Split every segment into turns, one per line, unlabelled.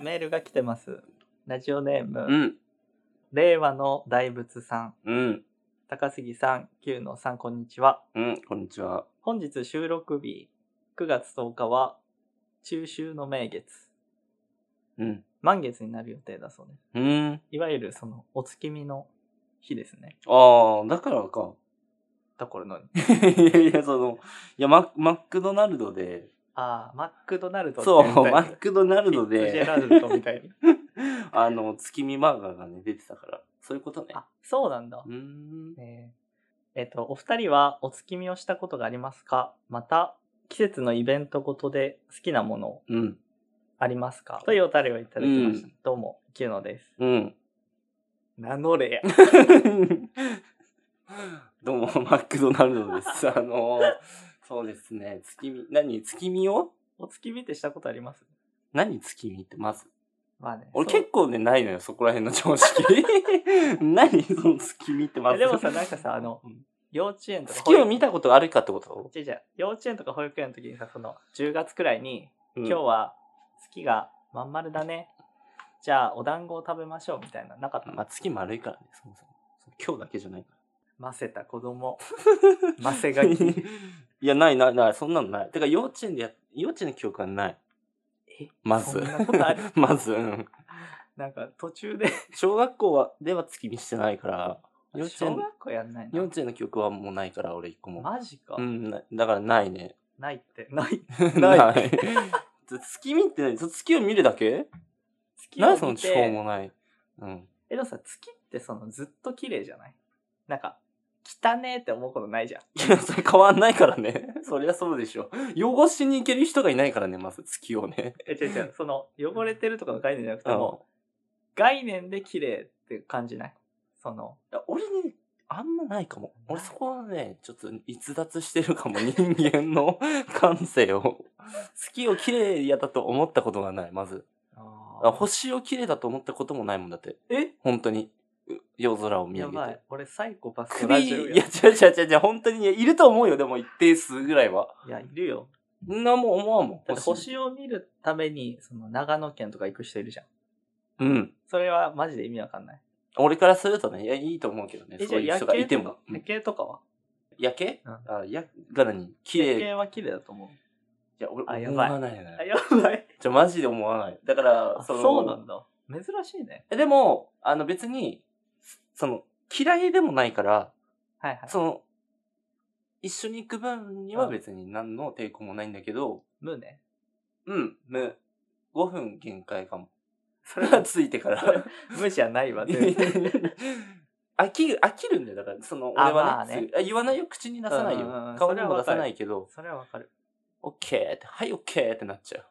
メールが来てます。ラジオネーム、
うん。
令和の大仏さん、
うん。
高杉さん、Q のさん、こんにちは。
うん。こんにちは。
本日収録日、9月10日は、中秋の名月、
うん。
満月になる予定だそうです。
うん。
いわゆるその、お月見の日ですね。
ああ、だからか。
ところのに。
いやいや、その、いや、ママックドナルドで、
ああ、マックドナルド
そう、
みたいな
マックドナルド
フィッツジェ
で
ラ、ルドみたい に。
あの、月見バーガーがね、出てたから、そういうことね。
あ、そうなんだ
う。ーん。
えーえっと、お二人はお月見をしたことがありますかまた、季節のイベントごとで好きなもの
うん。
ありますかというお便りをいただきました。
う
どうも、キューノです。
うん。
名乗れや。
どうも、マックドナルドです。あの、そうですね。月見、何月見を
お月見ってしたことあります
何月見って、まず。
まあね。
俺
そう
結構ね、ないのよ、そこら辺の常識。 何その月見って、ま
え
ず。
でもさ、なんかさ、あの、
うん
幼稚園とか保
月
育
を見たことあるかってこと
違う違う幼稚園とか保育園の時にさ、その、10月くらいに、
今
今日は月がまん丸だね。じゃあ、お団子を食べましょうみたいな、なかった
まあ、月丸いからね、そもそも。今日だけじゃないか
ませた子 供。ませ
ら。
がき。
いや、ないないない、そんなのない。てか、幼稚園でや、幼稚園の記憶はない。
え
まず
そんなことある
まず、うん。
なんか途中で
小学校は、では月見してないから、幼稚
小
園、
学校やんない
幼
の
稚園の記憶はもうないから、俺一個も。
マジか、
うん、なだからないね。
ないってない ない
ない。月見って何そ月を見るだけ
月
何
を
そ
見
のしょう
て
もない。うん。
えでもさ月ってそのずっと綺麗じゃないなんか汚ねえって思うことないじゃん
いや、それ変わんないからね。 そりゃそうでしょ。汚しに行ける人がいないからね、まず月をね。
え違う違うその汚れてるとかの概念じゃなくて
うん
も概念で綺麗って感じないその
いや俺ね、あんまないかも。俺そこはね、ちょっと逸脱してるかも。人間 の感性を。月を綺麗やだと思ったことがない、まず。あ星を綺麗だと思ったこともないもんだって。
え
本当に。う夜空を見
や
上げ
ば
て
い。俺サイコパスと
首、
ラ
い
ジ
や、
オ
違う
や
違う違う違う、本当にね、いると思うよ、でも一定数ぐらいは。
いやいるよ
そんなもん思わんもん。
だって星を見るためにその長野県とか行く人いるじゃん
うん。
それはマジで意味わかんない
俺からするとね、いや、いいと思うけどね。
えじ
そ
ゃ
ういう
あ
人がい
夜
て
景と
も
か。夜景とかは
夜景
うん
あ、や、が何綺
夜景
麗。
は綺麗だと思う
いや、
あ
俺、
や
思
ばい
わないよ
あ、
ね。
やばい。
じゃ、マジで思わない。だから、
そ
の
うなんだ。珍しいね。
えでも、あの別に、その、嫌いでもないから、
はいはい。
その、一緒に行く分には別に何の抵抗もないんだけど、
無ね。
うん、む、5分限界かも。
そ
そ
れ
れ
は
はついてから。
無じゃない わ、全然。
飽きる、飽きるんだよ。だから、その、
あ
俺
ま
は
あ
ね、
ね
すぐあ言わないよ、口に出さない
うんうんう
よ
ん。
顔
そ
にも出
れはわか
さ
る
ないけど、
それはわかる。
オッケーって、はい、オッケーってなっちゃう。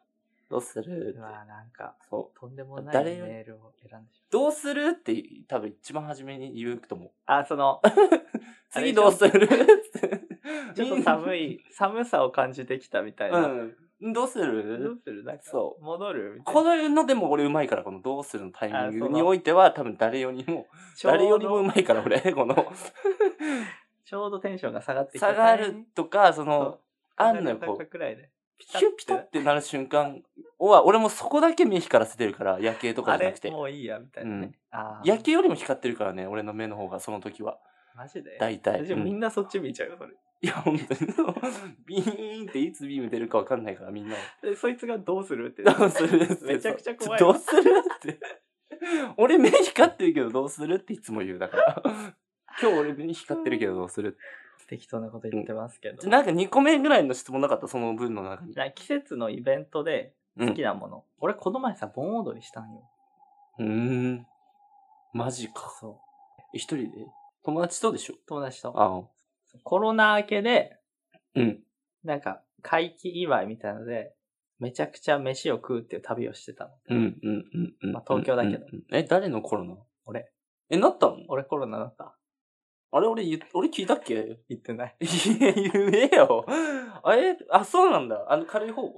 どうする
う
って
わ、なんか、
そう。
とんでもないメ
誰より
ールを選んでし
どうするって、多分一番初めに言うと思う。
まう。あ、その、あれ
次どうす る
ちょっと寒い、寒さを感じてきたみたいな。
うん。どうす
ど
る
うするなんか、
そう
戻るみたいな
こ。ののでも俺うまいから、このどうするのタイミン
あそ
グ
の
においては多分誰よりも、
ちょうど
誰よりもうまいから 俺、この、
ちょうどテンションが下がってきた
下がるとか、
そ
そ
う
の、あんのよ、
下が
こ
る
う、
くらいで。ピ
ヒュッピタってなる瞬間は、俺もそこだけ目光らせてるから、夜景とか
あ
じゃな
れ
くて。
もういいや、みたいなね。あー
夜景よりも光ってるからね、俺の目の方が、その時は。
マジで
大体。
じゃあ
うん
みんなそっち見ちゃうよ、それ。
いや、本当に。ビーンっていつビーム出るかわかんないから、み んな。
でそいつがどうするって。
どうするって
めちゃくちゃ怖い
どうするって。俺目光ってるけどどうするっていつも言う。だから。今日俺目光ってるけどどうする
適当なこと言ってますけど。
なんか2個目ぐらいの質問なかったその文の中に。
な季節のイベントで
うん
好きなもの。俺、この前さ、盆踊りしたんよ。
うーん。マジか。
そ
一人で友達とでしょ
う。友達と。
ああ。
コロナ明けで、
うん。
なんか、回帰祝いみたいので、めちゃくちゃ飯を食うっていう旅をしてたの。
うん、うん、うん、うん。
まあ東京だけど
うん。うんえ、誰のコロナ
俺。
え、なったの
俺コロナだった。
あれ俺言っ、俺聞いたっけ
行ってない。
いや、言えよ。あれあ、そうなんだ。あの軽い方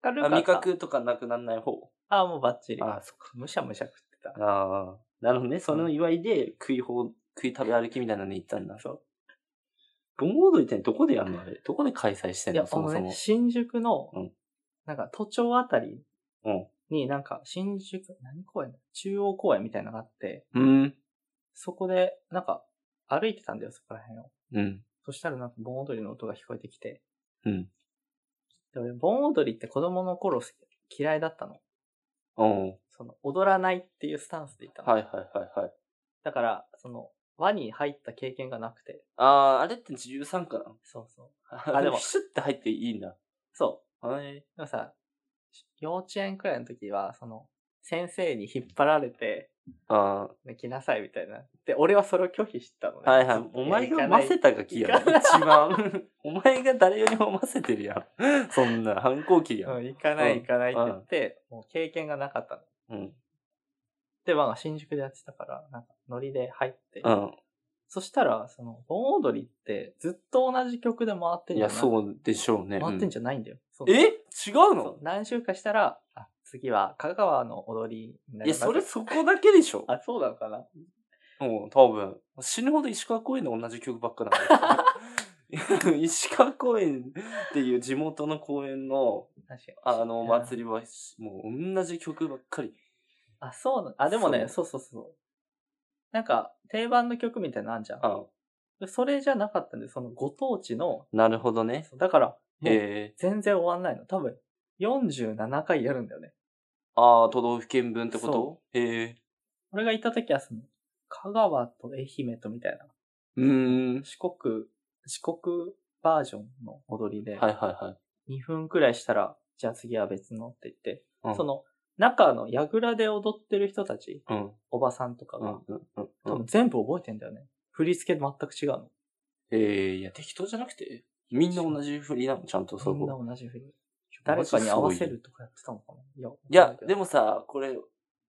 軽か
あ
った
味。覚とかなくならない方
ああ、もうバッチリ。
あ
そっか。むしゃむしゃ食ってた。
ああ。なるほどね。その祝いで食い方、食い食べ歩きみたいなのに行ったんだ。
そう。
盆踊りってどこでやるのあれどこで開催して
い
ん
や
の、
そ
そ
の
もそ
ね、
も。
新宿の
うん、
なんか都庁あたり
うん
になんか新宿、何公園中央公園みたいなのがあって、
うん。
そこでなんか歩いてたんだよ、そこら辺を。
うん。
そしたらなんか盆踊りの音が聞こえてきて。
うん。
で俺、盆踊りって子供の頃嫌いだったの。
おう
その、踊らないっていうスタンスでいたの。
はいはいはいはい。
だから、その、輪に入った経験がなくて。
ああ、あれって自由参加なの
そうそう。
あ、
で
で
も
も、シュッて入っていいんだ。
そ
はい。
う。でもさ、幼稚園くらいの時は、その、先生に引っ張られて、
あ
ね来なさいみたいな。で、俺はそれを拒否してたのね。
あ、はいは
ず
い
っ。と
お前
い
が
や行かな
ま
い
せたがきや
行か
ろ、一番。 お前が誰よりもませてるやん。そんな、反抗期や。
うんん、行かない行かないって
うん
言って、もう経験がなかったの。
うん。
で、まあ新宿でやってたから、なんかノリで入って。
うん。
そしたら、その、盆踊りってずっと同じ曲で回ってん
い
じゃ
や、
ない
そうでしょうね。
回ってん
じ
じゃないんだよ。そう
え違う
そ
の
う何週かしたら、あ、次は香川の踊りにないりま
や、
す。
それそこだけでしょ。
あ、そうなのかな
うん、多分。死ぬほど石川公園の同じ曲ばっかな んだよ石川公園っていう地元の公園の、
確かに。
あの、
り。
祭りは、もう同じ曲ばっかり。
あ、そうなあ、でもね、そ
そう
そうそう。なんか、定番の曲みたいなのあんじゃん。
あ
でそれじゃなかったんで、そのご当地の、
なるほどね。
そうだから、もう
ええ
全然終わんないの。多分、47回やるんだよね。
ああ、都道府県分ってこ
そ
とええ
俺が行った時はその、香川と愛媛とみたいな、
うーん。
四国、四国バージョンの踊りで、
はいはいはい。
2分くらいしたら、じゃあ次は別のって言って、
うん
その、中の櫓で踊ってる人たち、
うん。
おばさんとか
う
が、
ん。うんうん
多
うん。
分全部覚えてんだよね。振り付け全く違うの。
ええいや、適当じゃなくて、みんな同じ振りなの、ちゃんとそ
みんな
こ。
同じ振り。誰かに合わせるとかやってたのかないや、
いや、で
も、
もさ、これ、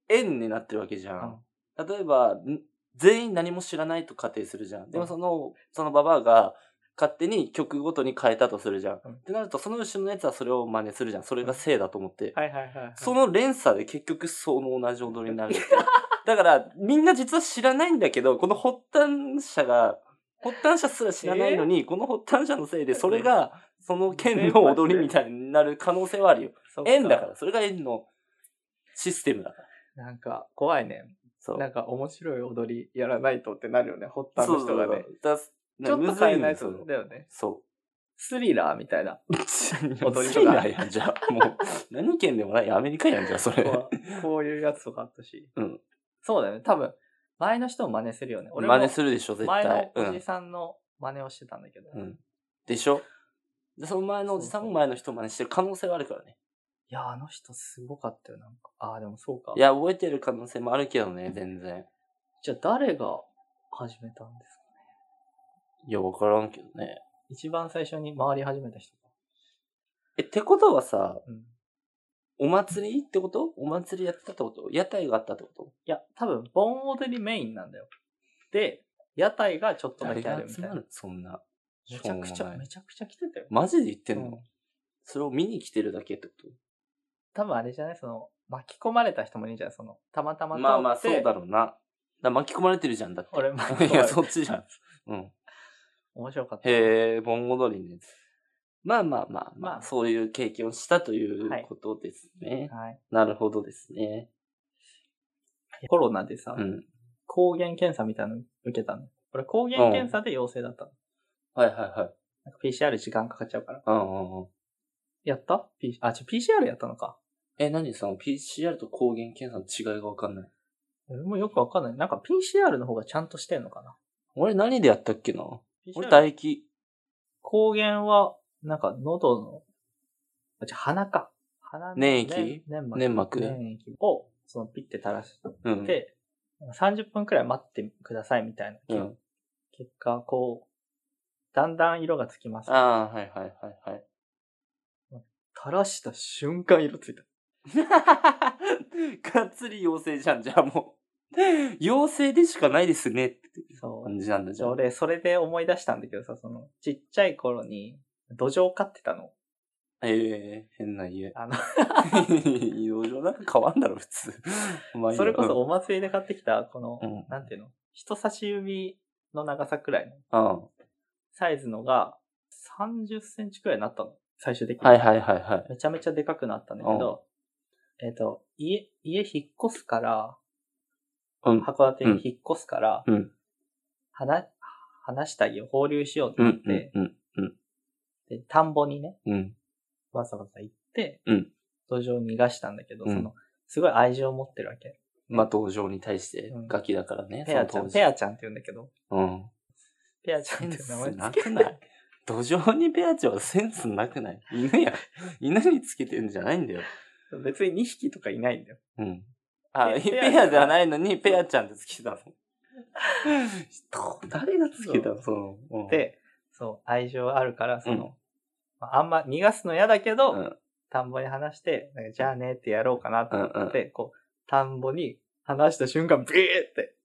円になってるわけじゃ
うん
ん。例えば、ん全員何も知らないと仮定するじゃん。でもその、そのババアが勝手に曲ごとに変えたとするじゃん。
うん
ってなると、その後ろのやつはそれを真似するじゃん。それがせいだと思って。
はいはいはい。
その連鎖で結局その同じ踊りになるっていう。 だから、みんな実は知らないんだけど、この発端者が、発端者すら知らないのに、この発端者のせいで、それが、その県の踊りみたいになる可能性はあるよ。
そっ
円だから、それが円のシステムだから。
なんか、怖いね。
そう。
なんか、面白い踊りやらないとってなるよね、発端の人がね。
そうそう
ち
そう。
ょ
だ
っと変えない
そ
と
う。
だよね。
そ
スリラーみたいな。
う。
踊りと
と
か
か。やん、じゃあ。もう、何県でもない、アメリカやん、じゃあ、それ。
こうこういうやつとかあったし。
うん
そうだよね。多分、前の人も真似するよね。俺も
真似するでしょ、絶
前の
対。う
おじ
ん。
さんの真似をしてたんだけど。
う
い
ん。でしょで、その前のおじさんも前の人真似してる可能性はあるからね。
や、あの人すごかったよ、なんか。ああ、でもそうか。
いや、覚えてる可能性もあるけどね、全然。
じゃあ誰が始めたんですか
いや、わからんけどね。
一番最初に回り始めた人か。
え、ってことはさ、
うん。い
お祭りってことお祭りやってたってこと屋台があったってこと
や、多分、盆踊りメインなんだよ。で、屋台がちょっとだ
誰
けあ
が
るみ
集
たい
ま
な。
るそんな。
めちゃくち
しょう
ゃ、
もない
めちゃくちゃ来てたよ。
マジで言ってん
う
の
ん
それを見に来てるだけってこと
多分あれじゃないその、巻き込まれた人もいるじゃん、その、たまたま通って。
まあまあそうだろうな。だから巻き込まれてるじゃんだって。
俺巻き込まれ
いや、そっちじゃん。うん。
面白かった。
へえ、盆踊りね。まあまあまあまあ、
まあ
そういう経験をしたということですね。
はい。
なるほどですね。
コロナでさ、
うん。
抗原検査みたいなの受けたの。俺、抗原検査で陽性だったの。
はいはいはい。
なんか PCR 時間かかっちゃうから。
うんうんうん。
やった ?P、あ、ちょ、PCR やったのか。
え、何その PCR と抗原検査の違いがわかんない。
俺もよくわかんない。なんか PCR の方がちゃんとしてんのかな。
俺何でやったっけな
PCR
俺唾液。
抗原は、なんか喉の、あ、じゃ、鼻か。鼻の
粘液
粘膜。
粘膜
粘液を、そのピッて垂らし
うん。
て、30分くらい待ってくださいみたいな。
うん。
結果、こう、だんだん色がつきます。
ああ、はいはいはいはい。
垂らした瞬間色ついた。
がっつり妖精じゃん、じゃあもう。妖精でしかないですねって
そう。
感じなんだ、じ
じ
ゃ
ゃあ
あ。
俺、それで思い出したんだけどさ、その、ちっちゃい頃に、土壌飼ってたの。
ええ変な家。
あの、
いろいろなんか変わんだろ、普通。まあいいや
それこそお祭りで買ってきた、この、
うん
なんていうの人差し指の長さくらいの
うん。うん
サイズのが、30センチくらいになったの。最終的に。
はいはいはいはい。
めちゃめちゃでかくなったんだけど、えっ、と、家、家引っ越すから、
うん。
函館に引っ越すから、
うん。
話、話したいを放流しようと
う
思っ
ん
て、。
うん。
で、田んぼにね、
うん。
わざわざ行って、
うん
土壌に逃がしたんだけど、
うん
その、すごい愛情を持ってるわけ。
まあ、道場に対して
うん
ガキだからね。
ペアちゃん、
そ
ペ
の
アちゃんって言うんだけど、
当時うん。
ペアちゃ
セ
んって
ン
いう
ス
名前
な
つけ
くない土壌にペアちゃんはセンスなくない犬や。犬につけてんじゃないんだよ。
別に2匹とかいないんだよ。
うん。あ、
ペ
ペ
ペア
アじゃないのにペアちゃんってつけてたの。ど誰がつけたのその。うん、
で、そう、愛情あるから、その、
うん
まああんま逃がすの嫌だけど、
うん
田んぼに話して、なんかじゃあねってやろうかなと思
うん
っ
うん
て、こう、田んぼに話した瞬間、ビーって、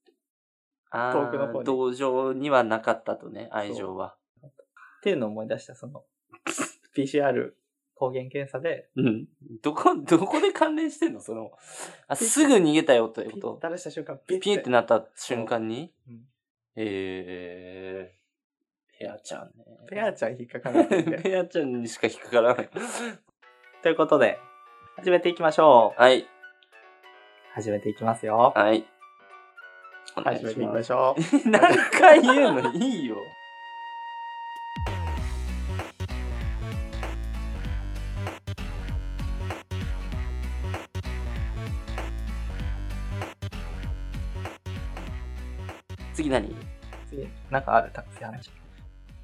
あ
遠くの方
ー
に
道場にはなかったとね、愛情は。
っていうのを思い出した、その、PCR 抗原検査で、
うん。どこ、どこで関連してんのその、あ、すぐ逃げたよって
ピッ
こと。
垂らした瞬間、ビッ
ピンって
な
なった瞬間に、
うん
えー、ペアちゃんね。
ペアちゃん引っかかなくて。
ペアちゃんにしか引っかからない。
ということで、始めていきましょう。
はい、
始めていきますよ。
はい。お願い
始
し
めていき
ま。
ますしょ
何回言うのいいよ。次何
う。 次、なんかあるタクシー話。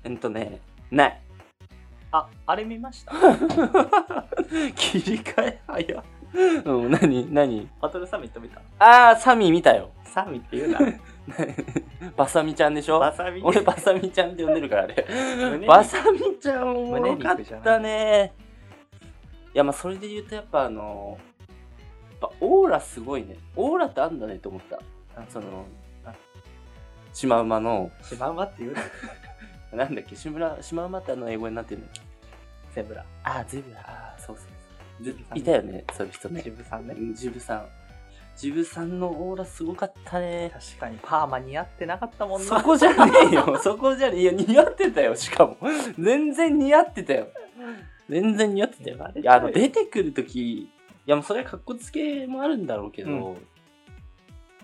えっとね、ない。
あ、あれ見ました
切り替え早っ。うん、何何
バトルサミット見た
あー、サミ見たよ。
サミって 言うな。
バサミちゃんでしょ
バサミ。
俺バサミちゃんって呼んでるからあ
胸
れ。
に
バサミちゃんおもろかっ
胸肉じゃ
た
な
ね。いやまあそれで言うとやっぱあのやっぱオーラすごいね。オーラってあんだねと思った。その
あ
シマウマの
シマウマって言うな。
なんだっけシムラシマウマってあの英語になってるの。
セブラ。
あゼブラあーそうそうそう
ゼブラさん
いたよねそういう人ね
ジ。ブさんね。
ジブさん。ジブさんのオーラすごかったね。
確かにパーマ似合ってなかったもん
そ
な。
こじゃねえ よ、そこじゃねえ。いや、似合ってたよ、しかも。全然似合ってたよ。全然似合ってたよ。いや、あの、出てくるとき、いや、もうそれはかっこつけもあるんだろうけど、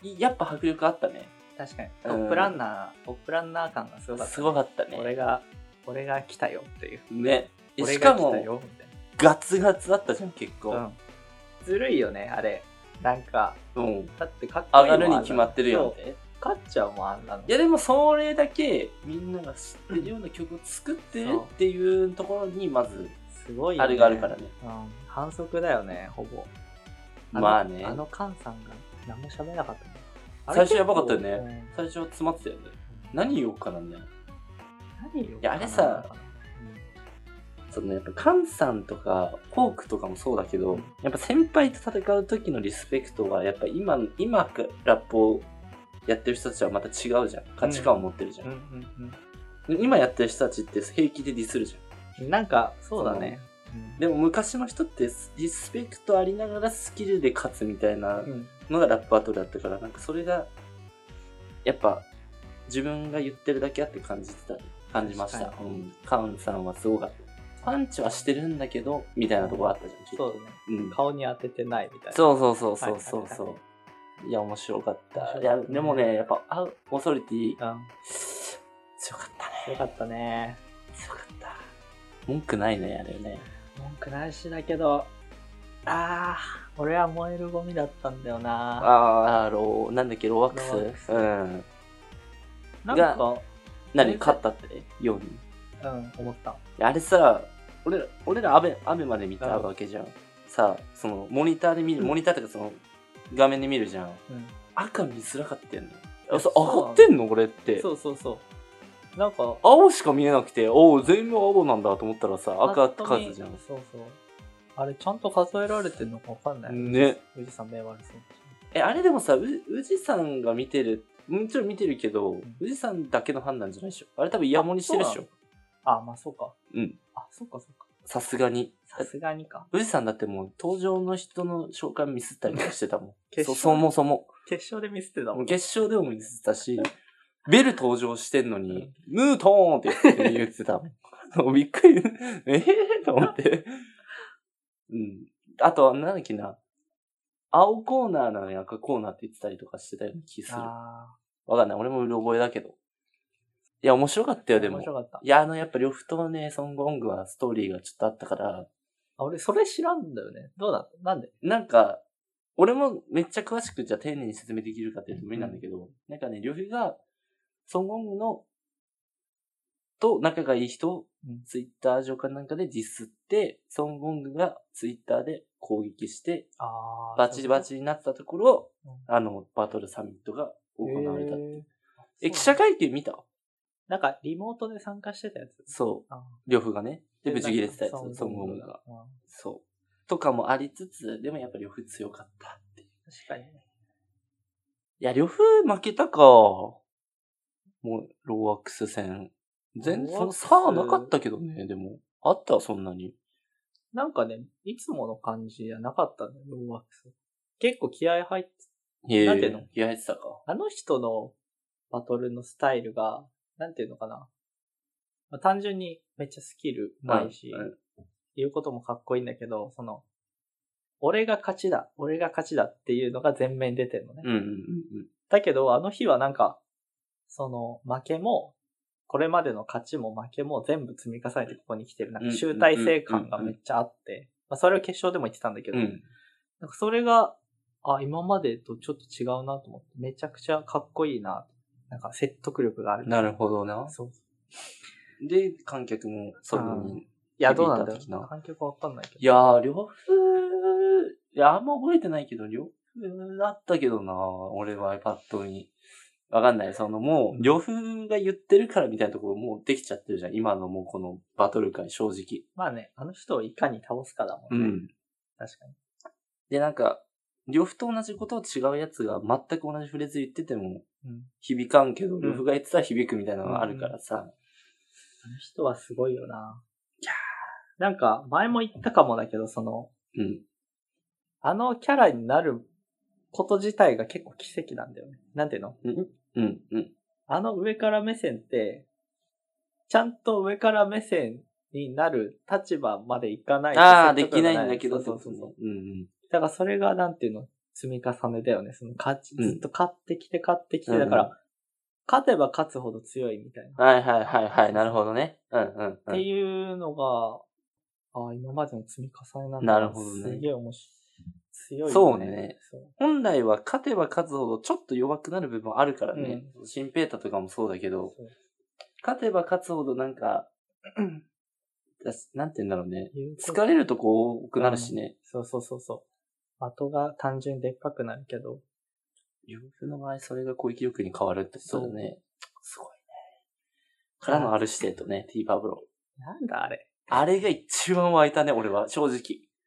いやっぱ迫力あったね。
確かに。トップランナー、トップランナー感がすごかった。
すごかったね。
俺が、俺が来たよっていう。
ね。え
俺
しか
が来た
も、
よみたい
ガツガツだったじゃん、結
な。う
構。
ん。ずるいよね、あれ。なんか、
うん。
だってかっこい
上
い
が
もん
るに決まってるよ。ね。
そうかっちゃんもあんなの。
いやでもそれだけみんなが知ってるような曲を作ってるっていうところにまず
すごいよ、ね。
あれがあるから。ね。
うん。反則だよね、ほぼ。の
まあね
あの菅さんが何も喋らなかったね。
最初やばかったよね
あれ結構うん
最初は詰まってたよね。何言おうかなんだよ。
何よ
いやあれさ、そのやっぱカンさんとかフォークとかもそうだけど、やっぱ先輩と戦う時のリスペクトはやっぱ今の今ラップをやってる人たちはまた違うじゃん価値観を持ってるじゃ
うん
ん、
うん
今やってる人たちって平気でディスるじゃん
うん。なんか、そうだね。
でも昔の人ってリスペクトありながらスキルで勝つみたい
う
な
ん、
のがラップバトルだったからなんかそれがやっぱ自分が言ってるだけあって感じてた感じました
確、
う
かに
ん、カンさんはすごかったパンチはしてるんだけどみたいなところあったじゃんちょっと
そうだね。
うん、
顔に当ててないみたいな。
そうそうそうそうそう
はい
そ
はいうは。
いや、面白かった。
面白かった
いや、でもね、やっぱ、あ、オソリティ、
うん。
強かったね。
よかったね。
強かった。文句ないね、あれね。
文句ないしだけど、あー、俺は燃えるゴミだったんだよな。
あー、ロー、なんだっけ、ロワックス
ロワックス
うん。
なんか、
何、勝ったってように。い
うん、思った。
やあれさ、俺ら、俺らアベ、アベまで見た
うん
わけじゃん。さあ、その、モニターで見る、
うん
モニターってか、その、画面で見るじゃん。
うん。
赤見づらかったよね。
や
あ、そ
そ
う、
うなの
上がってんの俺って。
そうそうそう。なんか、
青しか見えなくて、おお、全部青なんだと思ったらさ、赤って
パッと
数
見
じゃん。
そうそう。あれ、ちゃんと数えられてんのかわかんない。
ね。
富士山目悪そうだし
え、あれでもさ、う宇治さんが見てる、もちろん見てるけど、
ん
宇治さんだけの判断じゃないでしょ。あれ多分イヤモニしてるでしょ。
あ、まあそうか。
うん。
あ、そうかそうか。
さすがに。
さすがにか。
宇治さんだってもう登場の人の紹介ミスったりとかしてたもん。
決
そ
勝
そもそも。
決勝でミスってたもん。
決勝でもミスったし、ベル登場してんのに、ムートーンって言って言ってたもん。びっ く り。ええー、と思って。うん。あと、なんだっけな。青コーナーなのに赤コーナーって言ってたりとかしてたような気する。
あ
わかんない。俺もうる覚えだけど。いや、面白かった
あ。
よ、でも。
面白かった。
いや、あの、やっぱ、呂布とね、ソン・ゴングはストーリーがちょっとあったから、
あ、俺、それ知らんだよね。どうだなんで
なんか、俺もめっちゃ詳しくじゃあ丁寧に説明できるかっていうと無理なんだけど、なんかね、呂布が、ソン・ゴングの、と仲がいい人を
うん、
ツイッター上かなんかでディスって、ソン・ゴングがツイッターで攻撃して、
あ
バチバチになったところ
ういうこ、
あの、バトルサミットが行われた。え、記者
会
会見見た
なんか、リモートで参加してたやつ。
そ
あ
う。呂布がね。で、ブチ切れてたや
なん
つ、
か
ソン・ゴングが。。
うん
そう。とかもありつつ、でもやっぱ呂布強かったっていう。
確かにね。
いや、呂布負けたか。もう、ローワックス戦。全
ローワッ
然、
クス
差はなかったけどね、でも。あったそんなに。
なんかね、いつもの感じじゃなかったね、ローワックス。結構気合入って、
ええ
なんていうの
気合入ってたか。
あの人のバトルのスタイルが、なんていうのかな。まあ、単純にめっちゃスキルうまいし、
うん
言うこともかっこいいんだけど、その、俺が勝ちだ、俺が勝ちだっていうのが前面に出てるのね。
うんうんうん
だけど、あの日はなんか、その、負けも、これまでの勝ちも負けも全部積み重ねてここに来てる。なんか集大成感がめっちゃあって、まあそれを決勝でも言ってたんだけ
う
ど、
ん。うん。
なんかそれが、あ、今までとちょっと違うなと思って、めちゃくちゃかっこいいな。なんか説得力がある。
なるほどな。
そう。
で、観客も、そこ
う
に。
いや、どうなんだ
響いた
ろ
的
う。
な
観客わかんないけど。
いやー、呂布、いや、あんま覚えてないけど、呂布だったけどな、俺はパッとに。わかんない。そのもう、呂布が言ってるからみたいなところもうできちゃってるじゃん。今のもうこのバトル界、正直。
まあね、あの人をいかに倒すかだもんね。。確かに。
で、なんか、呂布と同じことを違うやつが全く同じフレーズ言ってても
うん、
響かんけど、
ん
呂布が言ってたら響くみたいなのがあるからさ。
あの人はすごいよな。いやなんか、前も言ったかもだけど、その、
うん。
あのキャラになること自体が結構奇跡なんだよね。なんていうの
うん。うん。
あの上から目線って、ちゃんと上から目線になる立場までいかないと
ああ、で
説
き
得力
ない
が
んだけど、
そうそうそうそう。
う。うんうん。
だからそれがなんていうの、積み重ねだよね。その勝ち、
うん
ずっと勝ってきて勝ってきて、
うんうん
だから、勝てば勝つほど強いみたいな。
はいはいはいはい、なるほどね。うんうん、う
って
ん。
いうのが、ああ、今までの積み重ねなんだ
なるほどね
すげえ面白い。強いよ
そうね。
そう
本来は勝てば勝つほどちょっと弱くなる部分もあるからね。シンペータとかもそうだけど、
そう
勝てば勝つほどなん か、だしなんて言うんだろうね。
言うこと
疲れるとこ多くなるしね。
そうそうそうそう。的が単純にでっかくなるけど、
両夫の場合、それが攻撃力に変わるってことだね。すごいね。からの R 指定とね、ティーパブロ。
なんだあれ。
あれが一番湧いたね、俺は、正直。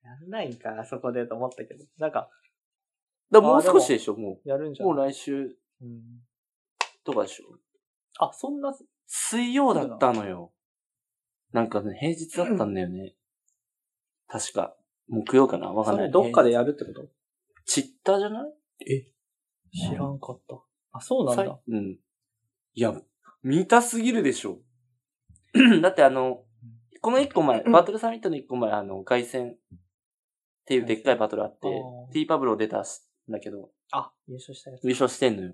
やんないんかな、そこでと思ったけど。なんか、
だからもう
あでも
少しでしょ、も
やるんじ
う。
ゃな
も
いう
来週
うん、
とかでしょ。
あ、そんな、
水曜だったのよ。なんかね、平日だったんだよね。確か。木曜かなわかん
そ
ない。
れどっか
で。
でやるってこと
チッタじゃない
知らんかった。あ、そうなん
さ
だ。
いうん。いや、見たすぎるでしょ。だってあの、この一個前、バトルサミットの一個前、あの、外戦っていうでっかいバトルあって
あー、
ティーパブロ出たんだけど、
あ、優勝したやつ。
優勝してんのよ。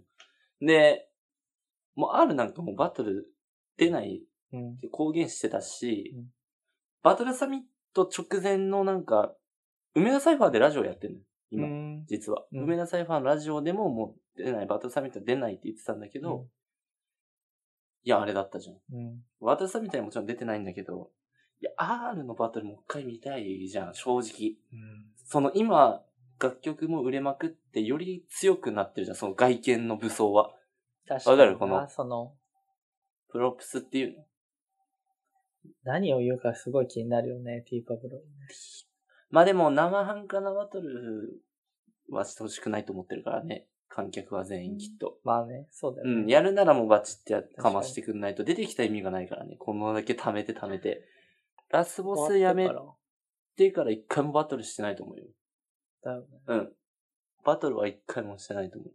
で、もう R なんかもうバトル出ない
うん
っ。て公言してたし、
うん
バトルサミット直前のなんか、梅田サイファーでラジオやってんのよ今、
うん
実は。
うん
梅田サイファーのラジオでももう出ない、バトルサミット出ないって言ってたんだけど、
うん
いや、あれだったじゃん。
うん。
バトルサミットにはもちろん出てないんだけど、いや、R のバトルもう一回見たいじゃん、正直。その今、楽曲も売れまくって、より強くなってるじゃん、その外見の武装は。
確
わかるこの
あその、
プロプスっていうの。
何を言うかすごい気になるよね、ティーパブロ。
まあでも生半可なバトルはしてほしくないと思ってるからね。観客は全員きっと。
まあね、そうだよ
う
ね。
ん、やるならもうバチってやかましてくんないと出てきた意味がないからね。このだけ貯めて貯めて。ラスボスやめ
終わって
てから一回もバトルしてないと思うよ。
からだよね。
うん。バトルは一回もしてないと思う。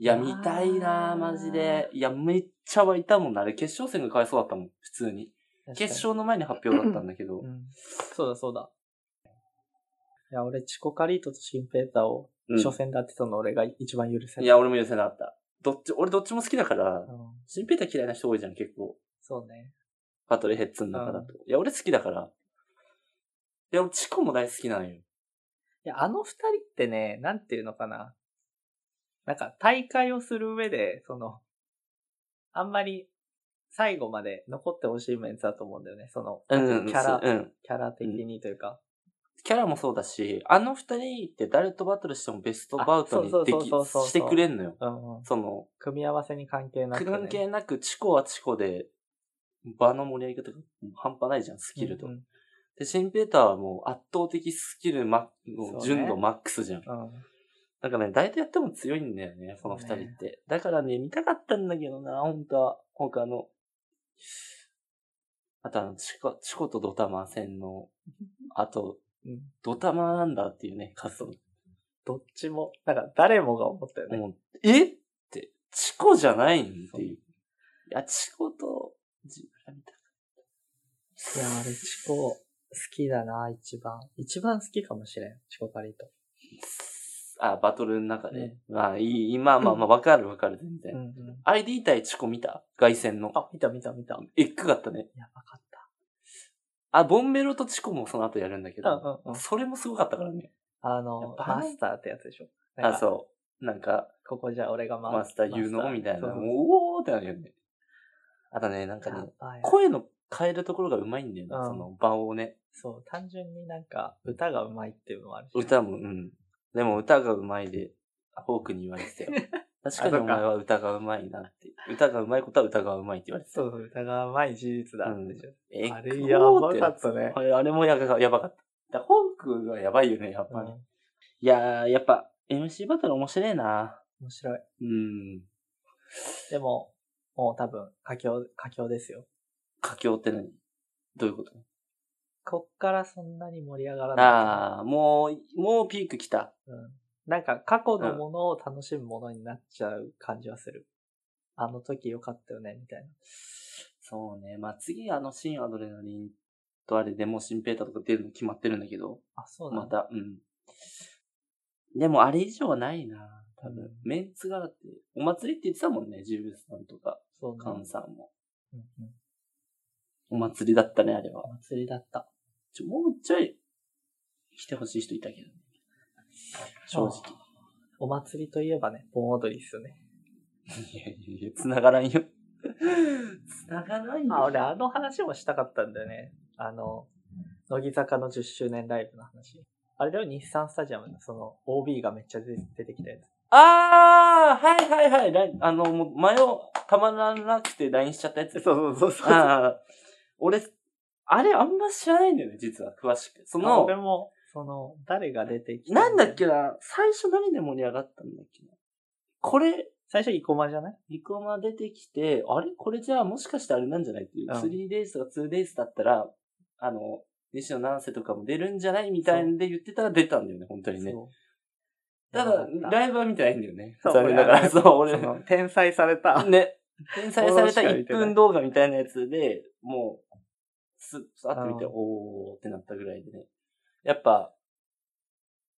いや、
あー
見たいなぁ、マジで。いや、めっちゃ湧いたもんな。あれ、決勝戦がかわいそうだったもん、普通に。
確かに
決勝の前に発表だったんだけど。
うん。そうだそうだ。いや、俺、チコカリートとシンペーターを
うん
初戦で当てたの俺が一番許せない。
いや、俺も許せなかった。どっち、俺どっちも好きだから
う、ん、
シンペーター嫌いな人多いじゃん、結構。
そうね。
パトリヘッツの中だと。いや、俺好きだから。いや、俺チコも大好きなのよ。
いや、あの二人ってね、なんていうのかな。なんか、大会をする上で、その、あんまり、最後まで残ってほしいメンツだと思うんだよね。その、
うん、うん、
キャラ、
うん。
キャラ的にというか。
キャラもそうだし、あの二人って誰とバトルしてもベストバウトに
あそう
で
そう
き
そうそうそう
してくれんのよ。
うんうん。
その、
組み合わせに関係なく、ね。
関係なく、チコはチコで、場の盛り上げ方が半端ないじゃん、スキルと。
うんうん
で、シンペーターはもう圧倒的スキルマ
そう
の
ね
純度マックスじゃん。
うん
なんかね、誰とやっても強いんだよね、この二人って。だからね、見たかったんだけどな、本当は。他の。あとあの、チコ、チコとドタマ戦の、あと、
うん
ドタマなんだっていうね、活動。
どっちも、なんか誰もが思ったよね。
もうえって、チコじゃないんっていう。いや、チコと、自分みたい
いや、あれ、チコ、好きだな、一番。一番好きかもしれん、チコカリート。
な。あ、バトルの中で。まあ、いい、まあまあまあ、わかるわかる、全然。
うんうん。
ID 対チコ見た外戦の。
あ、見た見た見た。
えっくかったね。
やばかっ
あ、ボンベロとチコもその後やるんだけ
た。
ど。
うんうんうん。
それもすごかったからね。
あ
やっ
の、
ぱ
マスターってやつでしょ。
あ、
う。
そう。なんか、
ここじゃ俺が
マスター言うのみたいな。
そうそう
おーってなるよね。あとね、なんか
や
ね、
ばい
声の変えるところがうまいんだよね。
うん
その場をね。
そう、単純になんか、歌がうまいっていうのもあるし。
歌も、うん。でも歌がうまいで、ホークに言われて たよ。確かにお前は歌がうまいなって。歌がうまいことは歌がうまいって言われてた
そ。うそう、歌がうまい事実だってしょ。
え
あれ、やばかったね。
あれあれもやばやばかった。だホークはやばいよね、やっ
う
ぱり。
ん
いやー、やっぱ MC バトル面白いな。
面白い。
うん。
でも、もう多分、佳境、佳境ですよ。
佳境って何どういうこと
こっからそんなに盛り上がらない。
ああ、もう、もうピーク来た。
うんなんか過去のものを楽しむものになっちゃう感じはする。あの時良かったよね、みたいな。
そうね。まあ、次、あの、新アドレナリンとあれでもう新ペーターとか出るの決まってるんだけど、
あ、そうな
ま
んだ。
た、うん。でも、あれ以上はないな。多分、
うん
メンツがだって、お祭りって言ってたもんね、ジュースさんとか、
そう
カ
なん
ンさんも。
うんうん
お祭りだったね、あれは
お。祭りだった。
ちょもうちょい、来てほしい人いたけど ね。正直。
お祭りといえばね、盆踊りっすよね。
いやいやいや、繋がらんよ。繋がらんよ。
あ、俺あの話もしたかったんだよね。あの、乃木坂の10周年ライブの話。あれだよ、日産スタジアムのその OB がめっちゃ出出てきたやつ。
ああはいはいはい。ラインあの、もう、前をたまらなくて LINE しちゃったやつ。
そうそうそうそう。
ああ、俺、あれあんま知らないんだよね、実は、詳しく。そ
あ
の
俺、も、その、誰が出てきた
なんだっけな、最初何で盛り上がったんだっけな。これ、
最初生駒じゃない
リコマ出てきて、あれこれじゃあもしかしてあれなんじゃないっていう。
うん
3デイズとか2デイズだったら、あの、西野七瀬とかも出るんじゃないみたいんで言ってたら出たんだよね、本当にね。
そう
た
やば
だ
かっ、た
ライブは見てないんだよね。
そう
残念ながら、
俺
そう、俺
その、転載された。
ね。転載された
フォローしか見
1
てない
分動画みたいなやつで、もう、スッと会ってみて、
う
お
ん
ーってなったぐらいでね。やっぱ、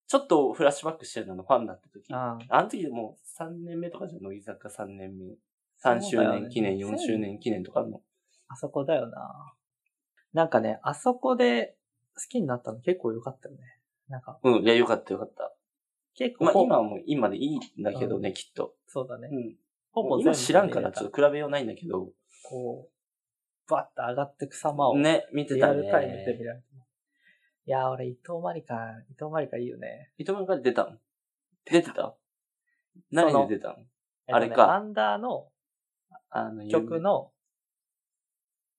ちょっとフラッシュバックしてるののファンだった時。あ
あ
の時でもう3年目とかじゃん、乃木坂3年目。3周年記念、
そうだよね
4周年記念とかの。
あそこだよな。なんかね、あそこで好きになったの結構良かったよね。なんか、
うん、いや、よかったよかった。
結構
まあ
ほ、
今はもう今でいいんだけどね、きっと。
そうだね
う。ん。
ほぼ全
今
部
知らんからちょ
っ
っと比べようないんだけど。
と、こう、バッと上がってく様を、
ね、見て
リア
たね。
ルタイムで見られて。いやー、俺、伊藤まりか、伊藤まりかいいよね。
伊藤漫画で出たの出てた
そ
何
の
で出たの
えっとね
あれか
アンダーの
あの、
曲
の。
の、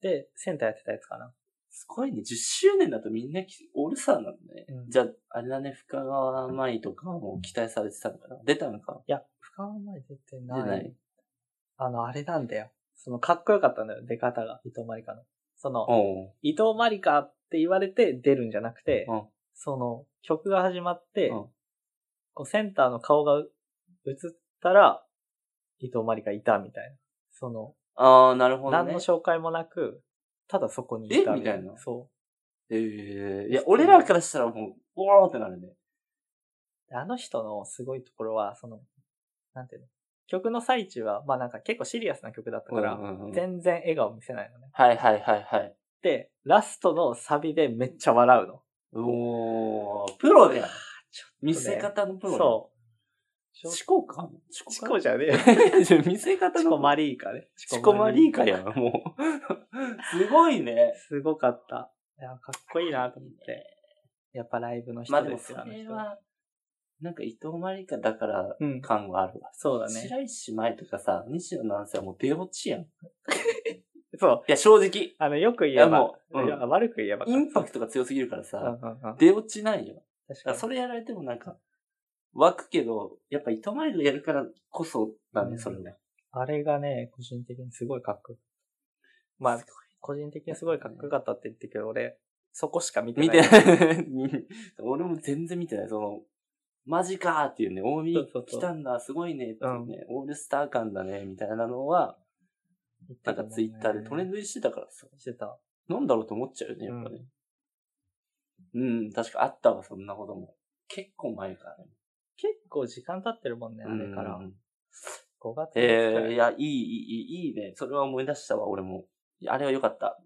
で、センターやってたやつかな。
すごいね。10周年だとみんなきオールスターなんだね。
うん
じゃあ、あれだね、深川舞とかも期待されてたのかな。出たのか
いや、深川まり出て
出
な。
ないい。
あの、あれなんだよ。その、かっこよかったんだよ、出方が、伊藤まりかの。その、
おう
伊藤まりかって言われて出るんじゃなくて、
うん
その曲が始まって、
うん
こうセンターの顔がう映ったら、伊藤まりかいたみたいな。その、
ああ、なるほど
何
ね
の。紹介もなく、ただそこにいた
えみたいな
そ
えー、いうや、俺らからしたらもう、おーってなるね。
であの人のすごいところは、その、なんていうの曲の最中は、まあなんか結構シリアスな曲だったから、
うんうんうん
全然笑顔見せないのね。
はいはいはいはい。
で、ラストのサビでめっちゃ笑うの。
おー、プロだよ。見せ方のプロだよ。
そう。
チ
チ
コかチコ
コチ
か
コじゃね えよ。
じゃ あ見せ方
チ
の
コマリーカね。
チコマリーカやん、もう。 すごいね。
すごかった。いや、かっこいいなと思って。やっぱライブの
まあ
人
で
で
も
す
そ
よ、
れ
あの
は、なんか伊藤マリカだから
人。うん。
感はあるわ。
そうだね。
白石麻衣とかさ、西野七瀬はもう出落ちやん。い
そう。
や、正直、
あの、よく言え
いや
ば
も、ううん
いや悪く言えばか。
インパクトが強すぎるから
うんうんう
さ
ん、確か
出落ちないよ。だから
に。
それやられてもなんか、湧くけど、やっぱ伊藤マリカやるからこそだね、それね。
あれがね、個人的にすごいかっこよかったまあ、個人的にすごいかっこよかったって言ってるけど、俺、そこしか見てない。
見てない。 俺も全然見てない。その、マジかーっていうね、大見
そうそうそう
来たんだ、すごいねっていうね、オールスター感だね、みたいなのは、
言ってたも
なんか
んね
ツイッターでトレンド入りしてたからさ、
してた。
なんだろうと思っちゃうよね、やっぱね。うん、確かあったわ、そんなことも。結構前からね。
結構時間経ってるもんね、あれから
う。ん
5月
えー、い
え
や、いい、いい、いいいいね。それは思い出したわ、俺も。いやあれは良かった。